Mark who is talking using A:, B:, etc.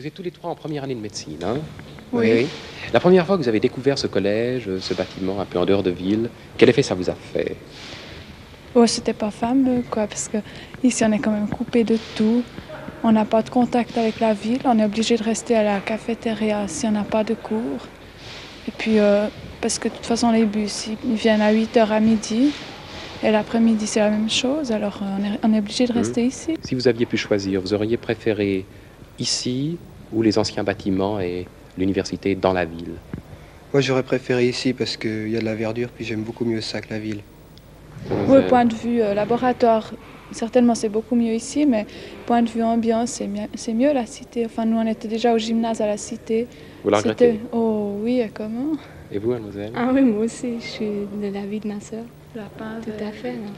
A: Vous êtes tous les trois en première année de médecine, hein
B: Oui.
A: La première fois que vous avez découvert ce collège, euh, ce bâtiment un peu en dehors de ville, quel effet ça vous a fait
B: Ouais, Oh, c'était pas fameux, quoi, parce que ici, on est quand même coupé de tout. On n'a pas de contact avec la ville. On est obligé de rester à la cafétéria si on n'a pas de cours. Et puis, euh, parce que de toute façon, les bus, ils- ils viennent à 8h à midi. Et l'après-midi, c'est la même chose. Alors, euh, on est, on est obligé de
A: Mhm.
B: rester ici.
A: Si vous aviez pu choisir, vous auriez préféré ici ou les anciens bâtiments et l'université dans la ville
C: Moi j'aurais préféré ici parce qu'il y a de la verdure, puis j'aime beaucoup mieux ça que la ville.
B: Oui, point de vue euh, laboratoire, certainement c'est beaucoup mieux ici, mais point de vue ambiance, c'est mieux, c'est mieux la cité. Enfin, nous, on était déjà au gymnase à la cité.
A: Vous la
B: C'était-
A: regrettez
B: Oh oui, et comment
A: Et vous, mademoiselle
D: Ah oui, moi aussi, je suis de l'avis de ma sœur,
B: La
D: tout à fait. non.